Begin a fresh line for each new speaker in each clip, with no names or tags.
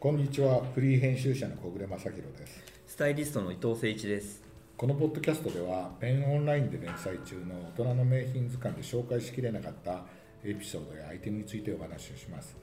こんにちは、フリー編集者の小暮正弘です。
スタイリストの伊藤誠一です。
このポッドキャストでは、ペンオンラインで連載中の大人の名品図鑑で紹介しきれなかったエピソードやアイテムについてお話をします。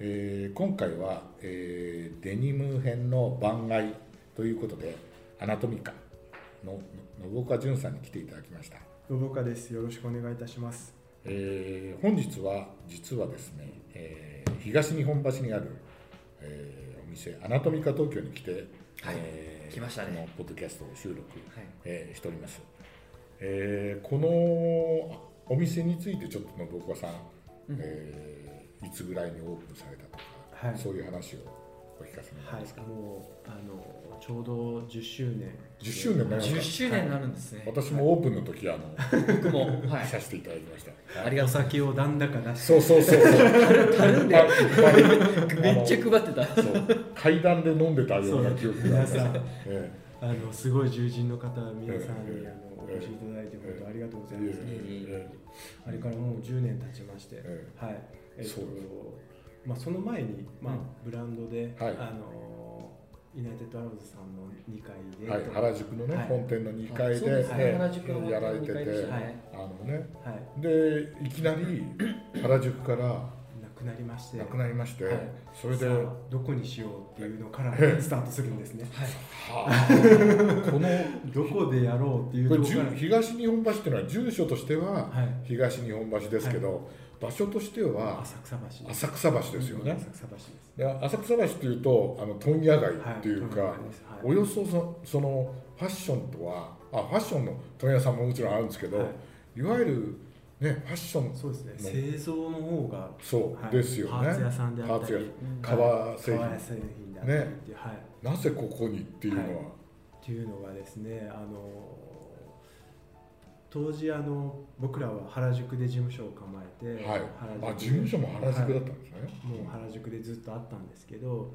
えー今回は、えーデニム編の番外ということで、アナトミカのの信岡淳さんに来ていただきました。
信岡です。よろしくお願いいたします。
えー本日は実はですね、えー東日本橋にある、えーお店アナトミカ東京に来て、
はい
えー
来ましたね
このポッドキャストを収録、
はい
えーしております、えーこのお店についてちょっと信岡さん、えーいつぐらいにオープンされたとか、
はい
そういう話をお聞かせ願
はいい
ます、か、
もうあのちょうど10周年。
10周年前
10周年になるんですね。
私もオープンの時あの、
僕も、は
さ
い。
せていただきました、
ありが
お
とうござい
酒をなんだか出して。
そうそうそうそう
たるんで
いっぱいいっぱい
めっちゃ配ってた。
そう階段で飲んでたような記憶があります
そう皆さん
え
あのすごい重人の方皆さん
え
に
え
あのお越しいただいて本当ありがとうご
え
ざいます。
ええ
あれからもう10年経ちまして、
え
はい。えっと
そう
まあその前にまあ
うん
ブランドで、
はい
あのユナイテッドアローズさんの2階で、
はい、原宿のね、
はい
本店の2階で,、
そうですね
ね
原宿の本
や
店
られ
の
て
二
て、
階でした
ね
あのね
はい
でいきなり原宿から
亡くなりまして。
なくなりまして、
はい
それで、
さ
は
あどこにしようっていうのからスタートするんですね。
あこの
どこでやろうっていう
ことれ
ころ
じ
か
ゅ
ら。
東日本橋っていうのは住所としては
はい
東日本橋ですけど、場所としては
浅草橋。
浅草橋ですよね、
浅草橋です。
で浅草橋っていうとあの問屋街っていうか、
はい問屋街ですはい
およそそそのファッションとはあファッションの問屋さんももちろんあるんですけど、
はい
い、わゆる、ね、ファッション
そうですね。
の
製造の方が
そう
はい
ですよね
パーツ屋さんであった
パーツ
り、
屋革製品
革製品であったりっていう、はい。っ
なぜここにっていうのは、
ていうのがですね、あの当時あの僕らは原宿で事務所を構えて、
はいあ
原
事
宿
務
で
所も原宿だったんですね、
もう原宿でずっとあったんですけど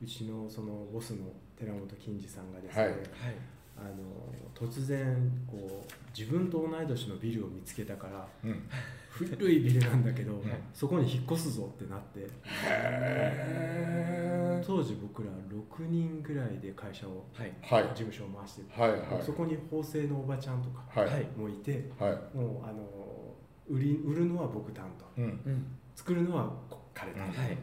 うちのそのボスの寺本金次さんがですね、
はい
あの突然こう自分と同い年のビルを見つけたから
うん、
古いビルなんだけど、
ん
そこに引っ越すぞってなって
へ
当時僕ら6人ぐらいで会社を
はい。
ーはい
事務所を回してて、
はいはい
そこに縫製のおばちゃんとか
はい
はい
もいて、
はい
もうあの売り売るのは僕担当
うん
うん。
作るのはこ彼担当
はい。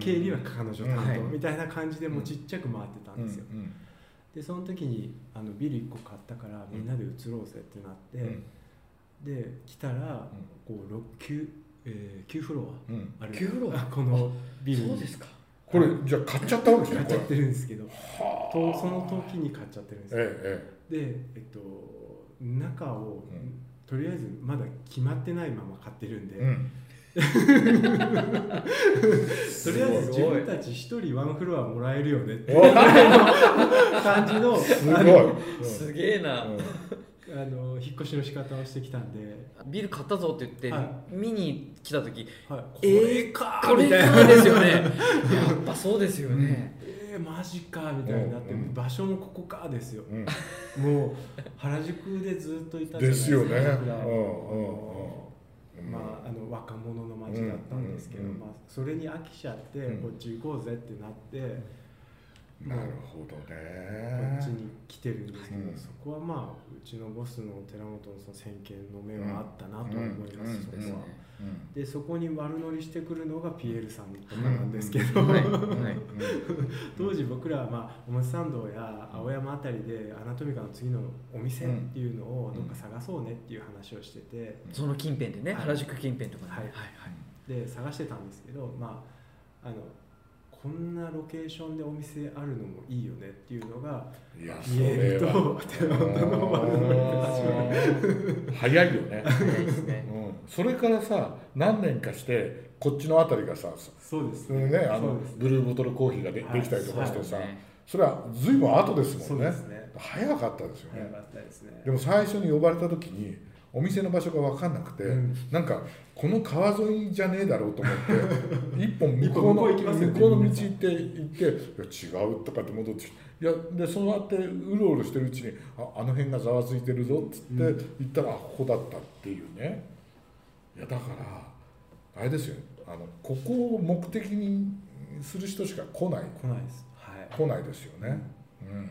経理は彼女担当
うん
みたいな感じでもうちっちゃく回ってたんですよ、
うん
でその時にあのビル1個買ったからみんなで移ろうぜってな
うん
って、で来たらこう6 9、えー、9フロ
うんうん
アある
9フロア
あ このビルに
そうですか。
これじゃあ買っちゃったわけです
買
ね
っちゃっ
これ
てるんですけど
は
とその時に買っちゃってるんですよ
え
でえっと中を、
うん
とりあえずまだ決まってないまま買ってるんで、
えええ うん
とりあえず
す
自
ごい
分たち1人ワンフロアもらえるよねって
お
感じの
すごい、うん
すげえな。
う
あの引っ越しの仕方をしてきたんで、
ビル買ったぞって言って、
は
見に来た時、
はい、
えーかこれ
みたいな
かで すよ ね。やっぱそうですよね。
えー、マジかみたいになって、
うんうん
場所もここかですよ
んうん
もう原宿でずっといたじゃない
ですよね。
僕ら
うんうんうん。
まあ、あの若者の街だったんですけど、
うんうんうん
まあ、それに飽きちゃって、
うん
こっち行こうぜってなって、
なるほど
こ
ね。
っちに来てるんですけど、
うん
そこはまあうちのボスの寺本のその先見の目はあったなと思います、
うん
そこ
ですね
は。でそこに悪乗りしてくるのがピエールさんとかなんですけど、
うんはいはい
当時僕らは、まあ、表参道や青山あたりでアナトミカの次のお店っていうのをどっか探そうねっていう話をしてて
その近辺でね、
はい
原宿近辺とかね。
はいで探してたんですけど、まあ、あのこんなロケーションでお店あるのもいいよねっていうのが
いや、そ
見え
れ
ると
は。
寺本の悪乗りの始まり
早いよね。
早いですね。
うん。それからさ、何年かして、こっちのあたりがさ、
そうです
ね、あ
そ
の
うです
ブルーボトルコーヒーがで
は
で
い
きたりとかしてさ
そうですね、
それはずいぶん後です
そ
も
うん
ね
で。すね
早かったですよ
早
ね。
かったですね
でも最初に呼ばれた時にお店の場所が分かんなくて、
うん
なんかこの川沿いじゃねえだろうと思って 一本向こうの
一本向こう行きますよね
向こうの道行って行っていや違うとかって戻ってきていやでそうやってうろうろしてるうちにああの辺がざわついてるぞっつって
う
行ったら、あここだったっていうねいやだからあれですよあのここを目的にする人しか来ない
来ないですはい
来ないですよね。うん、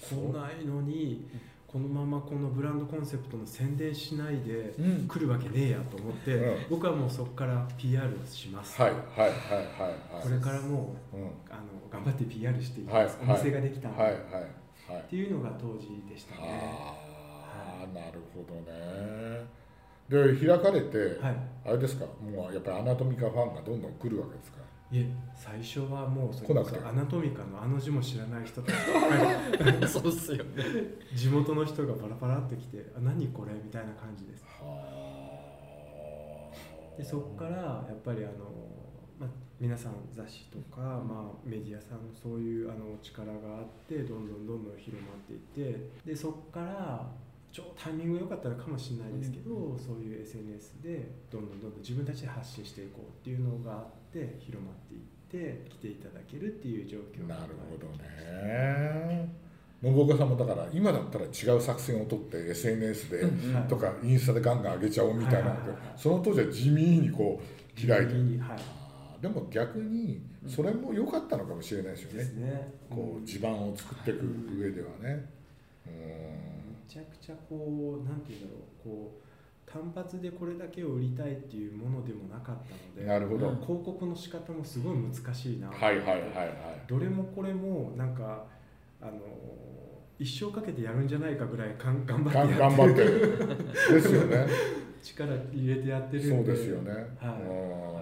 来ないのにこのままこのブランドコンセプトの宣伝しないで
うん
来るわけねえやと思って、
うん
僕はもうそこから PR をします、
はいはいはいはい
こ
はい。
れからも
うん
あの頑張って PR していき
はい
ます、お店ができた、
はいはい
っ
はい。
ていうのが当時でしたね
ああなるほどね。で開かれて、
はい
あれですかもうやっぱりアナトミカファンがどんどん来るわけですか。
いえ最初はもうそ
来
れ
な
こ
くて
そアナトミカのあの字も知らない人たちが
そうっすよね。
地元の人がバラバラって来て「あ何これ?」みたいな感じです
はあ。
でそこからやっぱりあの、まあ、皆さん雑誌とか、まあ、メディアさんのそういうあの力があってどんどんどんどん広まっていってでそこからちょタイミングが良かったのかもしれないですけど、そういう SNS でどんどんどんどん自分たちで発信していこうっていうのがあって広まっていって来ていただけるっていう状況
なるほどね。信岡さんもだから今だったら違う作戦を取って SNS で
はい
とかインスタでガンガン上げちゃおうみたいなの
はい
で
はいはい
その当時は地味にこう開いて
ギリギリはい
あーでも逆にそれも良かったのかもしれないですよ
です
ね、
ね
こ
ん
う地盤を作っていく上ではねうん
めちゃくちゃこうなんていうんだろうこう単発でこれだけを売りたいっていうものでもなかったので
なるほど、
うん
広告の仕方もすごい難しいな、
はいはいはいはい
どれもこれもなんかあの一生かけてやるんじゃないかぐらいかん頑張ってや
が
って
ん
る
頑張ってるです よね
力入れてやってるん
そ
で
うですよね、
あの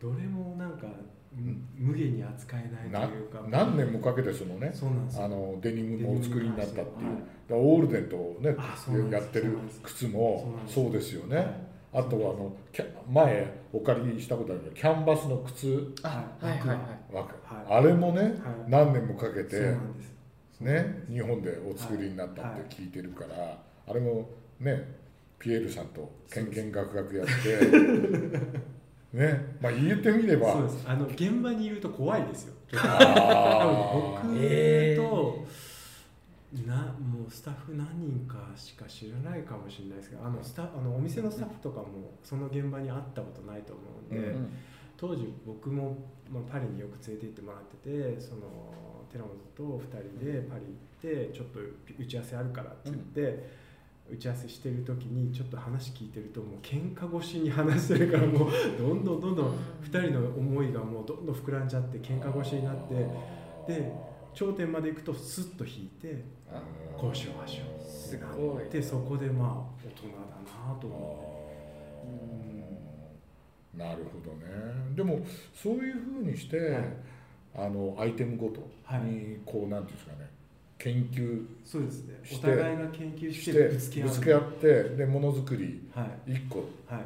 どれもなんかむ無限に扱え
うん
ない
な
というか
何年もかけてそのね
そうなんですよ
あのデニムもお作りになったっていう、
はい
だからオールデンとね
あそうなんで
や
す
ってる靴も
そ
そうう
なんで
ですよね、
はい
あとはあのキャ前お借りしたことあるけどキャンバスの靴
あ
は
はいいはいは
枠、
い。
は
あれもね、
はい
何年もかけ
そう
て
なんです
ね日本でお作りになったって聞いてるから、あれもねピエールさんとけんけんがくがくやって ねまあ言ってみれば
そうですあの現場にいると怖いですよ多
あ
分僕と、
え
なもうスタッフ何人かしか知らないかもしれないですけどあのスタッフあのお店のスタッフとかもその現場に会ったことないと思うんで、
う
当時僕も、まあ、パリによく連れて行ってもらっててその寺本と2人でパリ行ってちょっと打ち合わせあるからって言って。打ち合わせしてる時にちょっと話聞いてるともう喧嘩越しに話してるからもうどんどんどんどん2人の思いがもうどんどん膨らんじゃって喧嘩越しになってで頂点まで行くとスッと引いてこうしようああしよう
す
な
ごい
ってそこでまあ大人だなと
あ
思
ーなるほどねでもそういうふうにして、
はい
あのアイテムごとにこう、なんていうんですかね研究
ってそうですね
し
お
て
互いが研究し
してて
ぶつけ合う
ぶつけ合ってでものづくり
はい
一個
は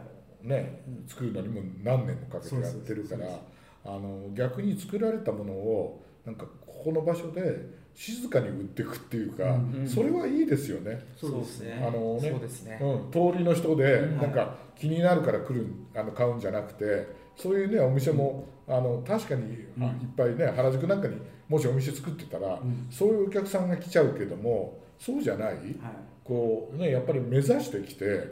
い
ね
うん
作るのにも何年もかけてやってるから
そうそう
あの逆に作られたものをなんかここの場所で静かに売っていくっていうか、
うん
うん
それはいいですよね。
そうですね。
あのね
そうですね。
うん、通りの人で
うん
なんか気になるから来るあの買うんじゃなくてそういうねお店も、あの確かに、
うん
あいっぱいね原宿なんかにもしお店作ってたら、
うん
そういうお客さんが来ちゃうけどもそうじゃない
はい
こうねやっぱり目指してきてっ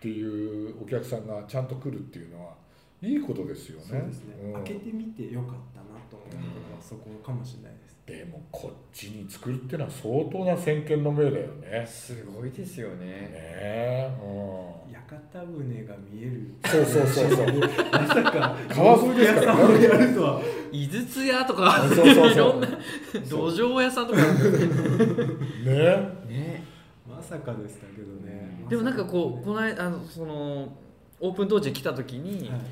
ていうお客さんがちゃんと来るっていうのはいいことですよね。
そうですね
ん
開けてみてよかったなと思ったの
うん
がそこかもしれないです
でもこっちに作るっていうのは相当な先見の明だよね。
すごいですよ
ね
ね。
え、うん
屋形船が見える
そうそうそうそう。
まさか
川沿いですから
お客さんをやるとは
井筒屋とか、
そうそうそう
いろんな土壌屋さんとかあるんですね。
ね。
ね。
まさかでしたけどね
でもなんかこう、こ
ま
の間、あの、その、オープン当時来た時に、
さかね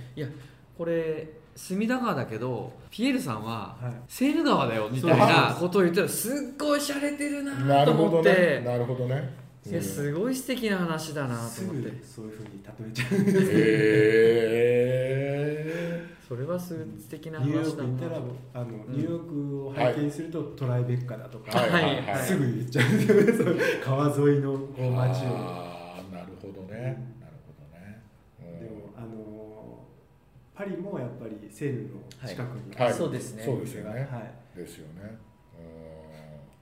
これ、隅田川だけど、ピエールさんは、
はいはい
セーヌ川だよみたいなことを言ったらすっごい洒落てる
な
なと
るほ
思
どね。
って、
なるほど ね。
いやすごい素敵な話だなと
す
思って
ぐそういうふうに例えちゃうん
へ
です
え
それはすごい素敵な
ニ
話
ューヨー
だ
ク行った
な
ら
と
あの、
ん
ニューヨークを拝見すると、トライベッカだとか、
はいはい
は
はいい。
すぐ言っちゃうんですよねその川沿いのこう街を
ああ、なるほどね。なるほどね。うん
でもあのパリもやっぱりセーヌの近くに、
はいはい
そうですね
そうですよね
はい
ですよね。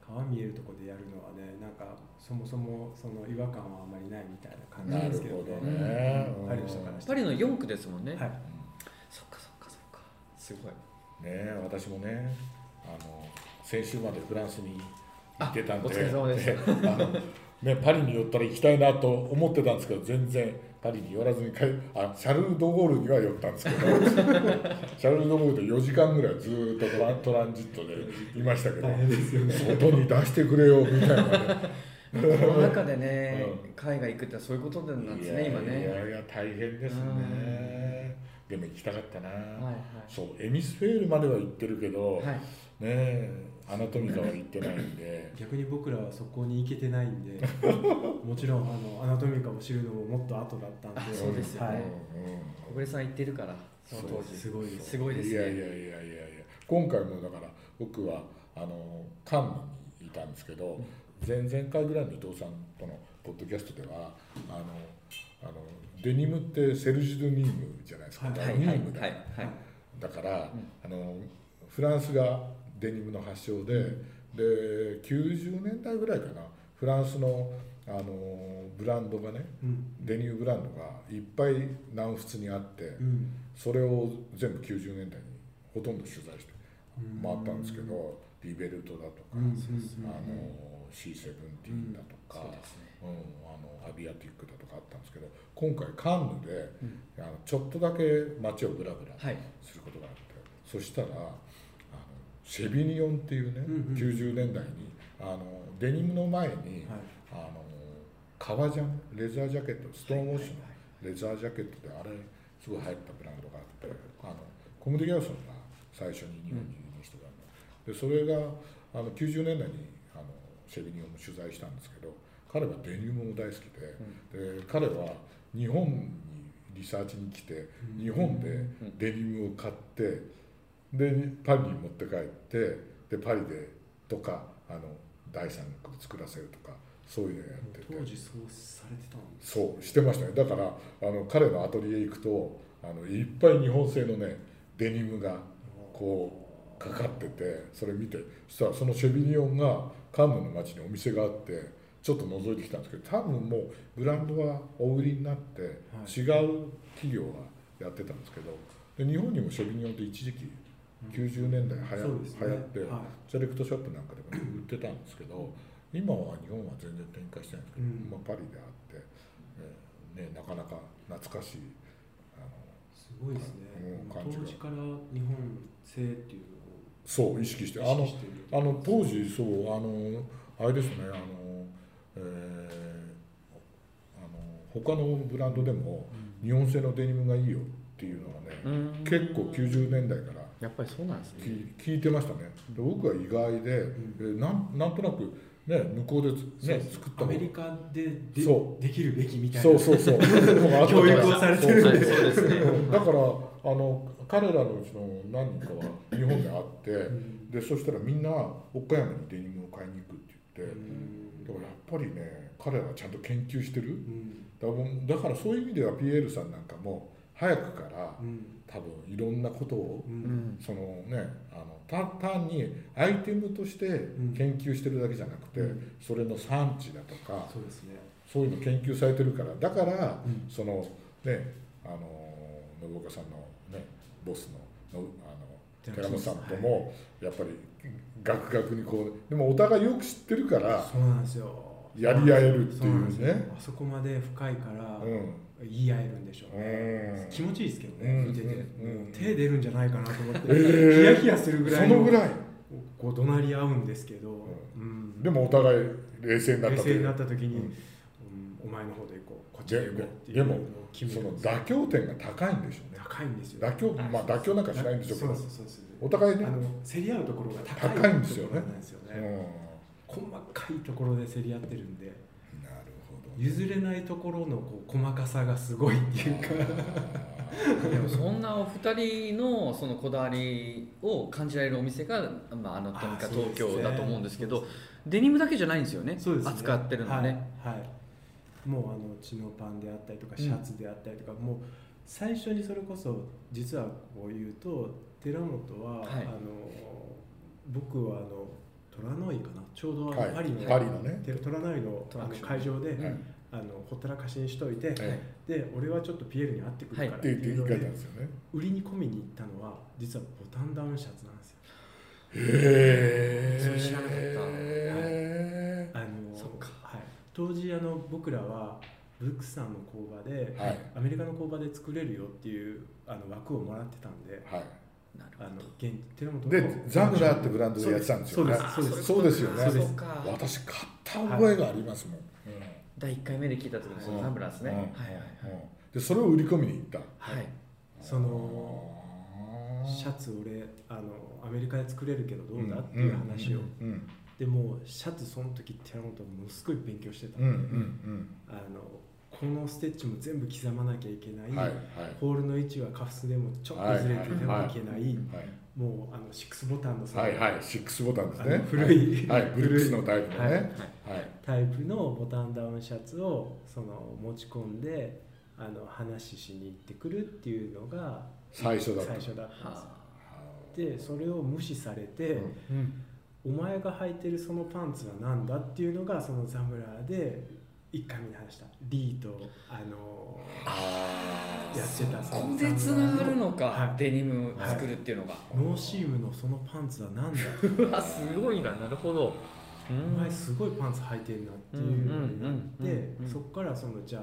川見えるとこでやるのはねなんかそもそもその違和感はあまりないみたいな
う
感
ん
じ
な
で
る
すけど
ほ
ね
どね。
うん
うん
パリの人からし
パリの4区ですもんね、
はい
そっかそっかそっかすごい
え私もねあの先週までフランスに行ってたんで
あお疲れ様でした
ね あのね、パリに寄ったら行きたいなと思ってたんですけど全然パリに寄らずに帰あシャルル・ド・ゴールには寄ったんですけ どシャルル・ド・ゴールで4時間ぐらいずーっとト ラントランジットでいましたけど
大変ですよね
外に出してくれよみたいなね
コロナ禍でね
う、
海外行くってのはそういうことなんですね、今
いや
ね。
いや大変ですねでも行きたかったな、
はいはい。
そうエミスフェールまでは行ってるけど、
はい
ねえアナトミカは行ってないんで
逆に僕らはそこに行けてな いんでもちろんあのアナトミカを知るのももっと後だったんで
あそうですよね
はい
小暮さん行ってるから、その当時。
すごいです
すごいです
いやいやい
ね。
やいやいや今回もだから僕はあのカンヌにいたんですけど前々回ぐらいの伊藤さんとのポッドキャストではあのあのデニムってセルジュ・ドゥ・ニームじゃないですか、
はい
はい
ニ
はいはい
ームだ,、
はい。
だから、あのフランスがデニムの発祥で、で90年代ぐらいかなフランスのあのブランドがね
うん
デニムブランドがいっぱい南仏にあって、
うん
それを全部90年代にほとんど取材して回ったんですけどリベルトだとか、
うん
あの C17 だとか、
そうですね。
うん、あのアビアティックだとかあったんですけど今回カンヌで、あのちょっとだけ街をブラブラ
はい。
することがあって、そしたらあのシェビニオンっていうね、
うんうん
90年代にあのデニムの前に、
はい
あの革ジャンレザージャケットストーンウォッシュの
はい
レザージャケットであれすごい流行ったブランドがあってあのコムデ・ギャルソンが最初に日本に輸入してたんででそれがあの90年代にあのシェビニオンも取材したんですけど彼はデニムも大好きで,、で彼は日本にリサーチに来て日本でデニムを買ってでパリに持って帰ってでパリでとかあの第三国作らせるとかそういうのやってて
当時そうされてたんです
そうしてましたねだからあの彼のアトリエ行くとあのいっぱい日本製のねデニムがこうかかっててそれ見てそしたらそのシェビニオンがカンヌの街にお店があってちょっと覗いてきたんですけど多分もうブランドはお売りになって違う企業がやってたんですけどで日本にもシェビニオンって一時期90年代はや
そうですね
流行って
は
セレクトショップなんかでもね売ってたんですけど今は日本は全然展開してないんですけど、まあ、
うん
パリであって、えーね、なかなか懐かしいあの
いすごいですね
うん
当
感じが
時から日本製っていう
そう意識してあ
のを意
の
識してる
あの当時そうあのあれですねあの、えーあの他のブランドでも日本製のデニムがいいよっていうのはね、
ん
結構90年代から
やっぱりそうなんですね。
聞聞いてましたねで僕は意外で、えなんなんとなく、ね、向こうでつ
そう
ね
です
作った
ア
も
メ
の
リカでで
そ
できるべきみたいな
そうそうそう教
教育をされてるんで
そうですね
だからあの彼らのうちの何人かは日本で会って、
ん
でそしたらみんな岡山にデニムを買いに行くって言
う
って、
ん
だからやっぱりね彼らはちゃんと研究してる
うん
だからだからそういう意味ではピエールさんなんかも早くから
うん
多分いろんなことを
う
うんん。
そのねあのた単にアイテムとして
ん
研究してるだけじゃなくて、
うん
それの産地だとか
そうですね
そういうの研究されてるからだから、
うん
そのねあの信岡さんのねボスののあの
寺
寺
本
本
さ
さ
ん
んともやっぱりガクガクにこうでもお互いよく知ってるから
そうなんですよ
やり合えるっていうね
そなんですよあそこまで深いから
うん
言い合えるんでしょうね
うん
気持ちいいですけどね
うん
見てて
うん
もう手出るんじゃないかなと思って
えー
ヒヤヒヤするぐら
そ
いの
のぐらい
こう怒鳴り合うんですけど
う
うん
でもお互い冷静になっ
冷
たと
静
い
にな
う
った時に
う
うんお前の方で行こうこっち
で
で行こうっていう
で
の
も
を決め
そ
る
の
んですよ
妥協点が高いんでしょうね
高いんですよ
妥協まあ妥協なんかしないんでしょうけ
そう
ど
ですそうです
お互い
あ
ね
の競り合うところが高い
高いんですよね
ところなんですよ
うん
ね細かいところで競り合ってるんで
なるほどね
譲れないところのこう細かさがすごいっていうか
でもそんなお二人のそのこだわりを感じられるお店が、まあ、あのとにか
あそう
東
ですね
京だと思うんですけどデニムだけじゃないんですよね
そうですね
扱ってるのはね、
はい、はいもうあのチノパンであったりとかシャツであったりとか、もう最初にそれこそ実はこう言うと寺本は、
はい
あの僕はあの虎ノ井かなちょうどあの
はい
パリの,、
パリのね
て虎ノ井の
ト
あ
ラ
の
クション
会場で、
うん
ああのほったらかしにしといて、
え
で俺はちょっとピエールに会ってくるから
っ
ってて
言って
い
言
う
い
の
方
で、
なんですよね
売りに込みに行ったのは実はボタンダウンシャツなんですよ
へえ
それ知らなかった
へ
あの
そっか
はい、当時あの僕らはブックスさんの工場で、
はい
アメリカの工場で作れるよっていうあの枠をもらってたんで
えは
なる
あ
ほ
の
ど
現寺本
いでザムラーってブランドでやってたんですよね
そうです
そうですよね
そうですか
私買った覚えがありますもん、
第1回目で聞いた時にその
うん
ザンブラーですね、
うん
はいはい
うんうんでそれを売り込みに行った
はい、はい、
そのシャツ俺あのアメリカで作れるけどどうだっていう話を、
うん
でもシャツその時寺本ものすごい勉強してたん
うんう
で、
んうん
あのこのステッチも全部刻まなきゃいけな
うん
い、
はいはい
ホールの位置はカフスでもちょっとずれててもいけない、
はい
もうあのシックスボタンのさ、
はいはいシックスボタンです
あ
ね
の古い
はいはいブルックスのタイプの
はい
ねはい
タイプのボタンダウンシャツをその持ち込んであの話ししに行ってくるっていうのが
最初だった
最初だっ
は
たんですよ
あ
でそれを無視されて、
うん
うん、
お前が履いてるそのパンツは何だっていうのがそのザムラーで1回目に話したリーとあの
あ
やってた
今月があるのか、
はい
デニム作るっていうのが、
ノーシームのそのパンツは何だ
うわすごいななるほどう
お前
ん
すごいパンツ履いてるなっていうのになっ
うんうん
て
うんうん
そっからそのじゃあ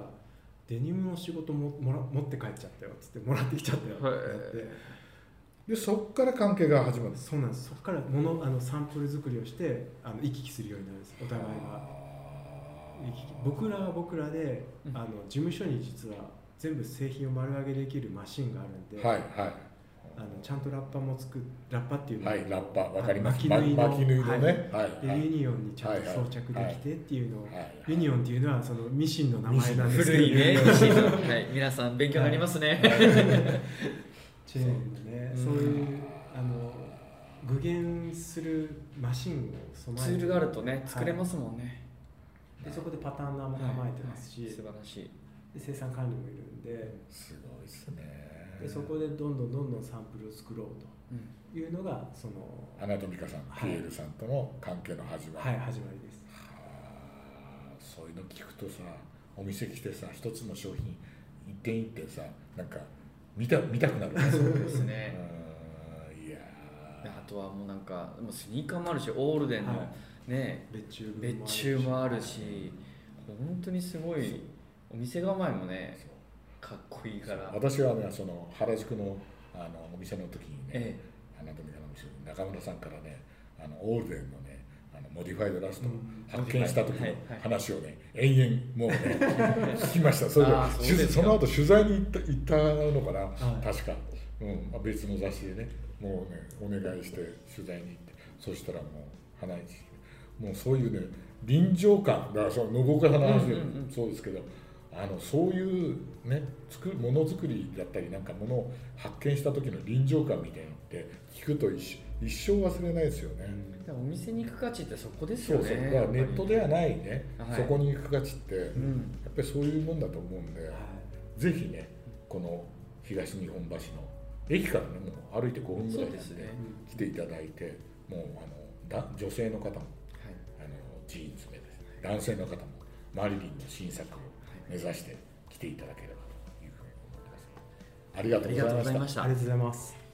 デニムの仕事ももら持って帰っちゃったよっつってもらってきちゃったよってなって
でそこから関係が始まるんです
そうなんですそっからものあのサンプル作りをしてあの行き来するようになるんですお互いが行き来僕らは僕らで
うん
あの事務所に実は全部製品を丸上げできるマシンがあるんで、
はいは
あのちゃんとラッパも作っラッパっていう
い
のを
はいラッパわかります
あの
巻き
の
巻き縫いのねはい
で
はい
ユニオンにちゃんと
はい
装着できてっていうのを、
はいはい
ユニオンっていうのはそのミシンの名前なんですけど
古い ね、はい、皆さん勉強になりますね、
チェーンのね
うん
そういうあの具現するマシンを備え
ツ
て、
ールがあるとね作れますすもんね、
はいでそこでパターンナーも構えてますし、
はい素晴らしい
で生産管理もいるんです
ごいですね
でそこでどんどんどんどんサンプルを作ろう
うん
というのがその
アナトミカさん、
はい
ピエールさんとの関係の始まり、
はい始まりです
あーそういうの聞くとさお店来てさ一つの商品一点一点さなんか見た見たくなるね
そうですね
うーんいや
であとはもうなんかもうスニーカーもあるしオールデンの、
は
ね
別注部
別注もあるし本当にすごいお店構えもね
ー
かっこいいから
そう私はねその原宿のあのお店の時にね、
え
アナトミカのお店に中村さんからねあのオールデンのねあのモディファイドラストを
うん
発見した時
は
の
いはい
話をね延々 もうね聞きましたそれで
あーそう
取
ですか
その後取材に行った行ったのかな、
はい
確か、うん、まあ別の雑誌でねもうねお願いして取材に行ってそしたらもう花一もうそういうね臨場感だからその信岡さんの話で
うんうんう
も
ん
そうですけど、あのそういうね作るものづくりだったりなんかものを発見した時の臨場感みたいなのって聞くと一生一生忘れないですよね。
えだからお店に行く価値ってそこです
そ
よ
う
ね
そうだからネットではないね、
はい
そこに行く価値って、や
うん
っぱりそういうもんだと思うんで、
はい
ぜひねこの東日本橋の駅からねもう歩いて5分ぐら
そう
いな
です
んで
ねはい
来ていただいてもうあのだ女性の方もあのジーンズ目です男性の方もマリリンの新作を目指して来ていただければというふうに思ってますありが
あ
とう
り
ご
が
ざ
と
いう
ご
ま
ざい
した
まし
あ
た
りがとうございます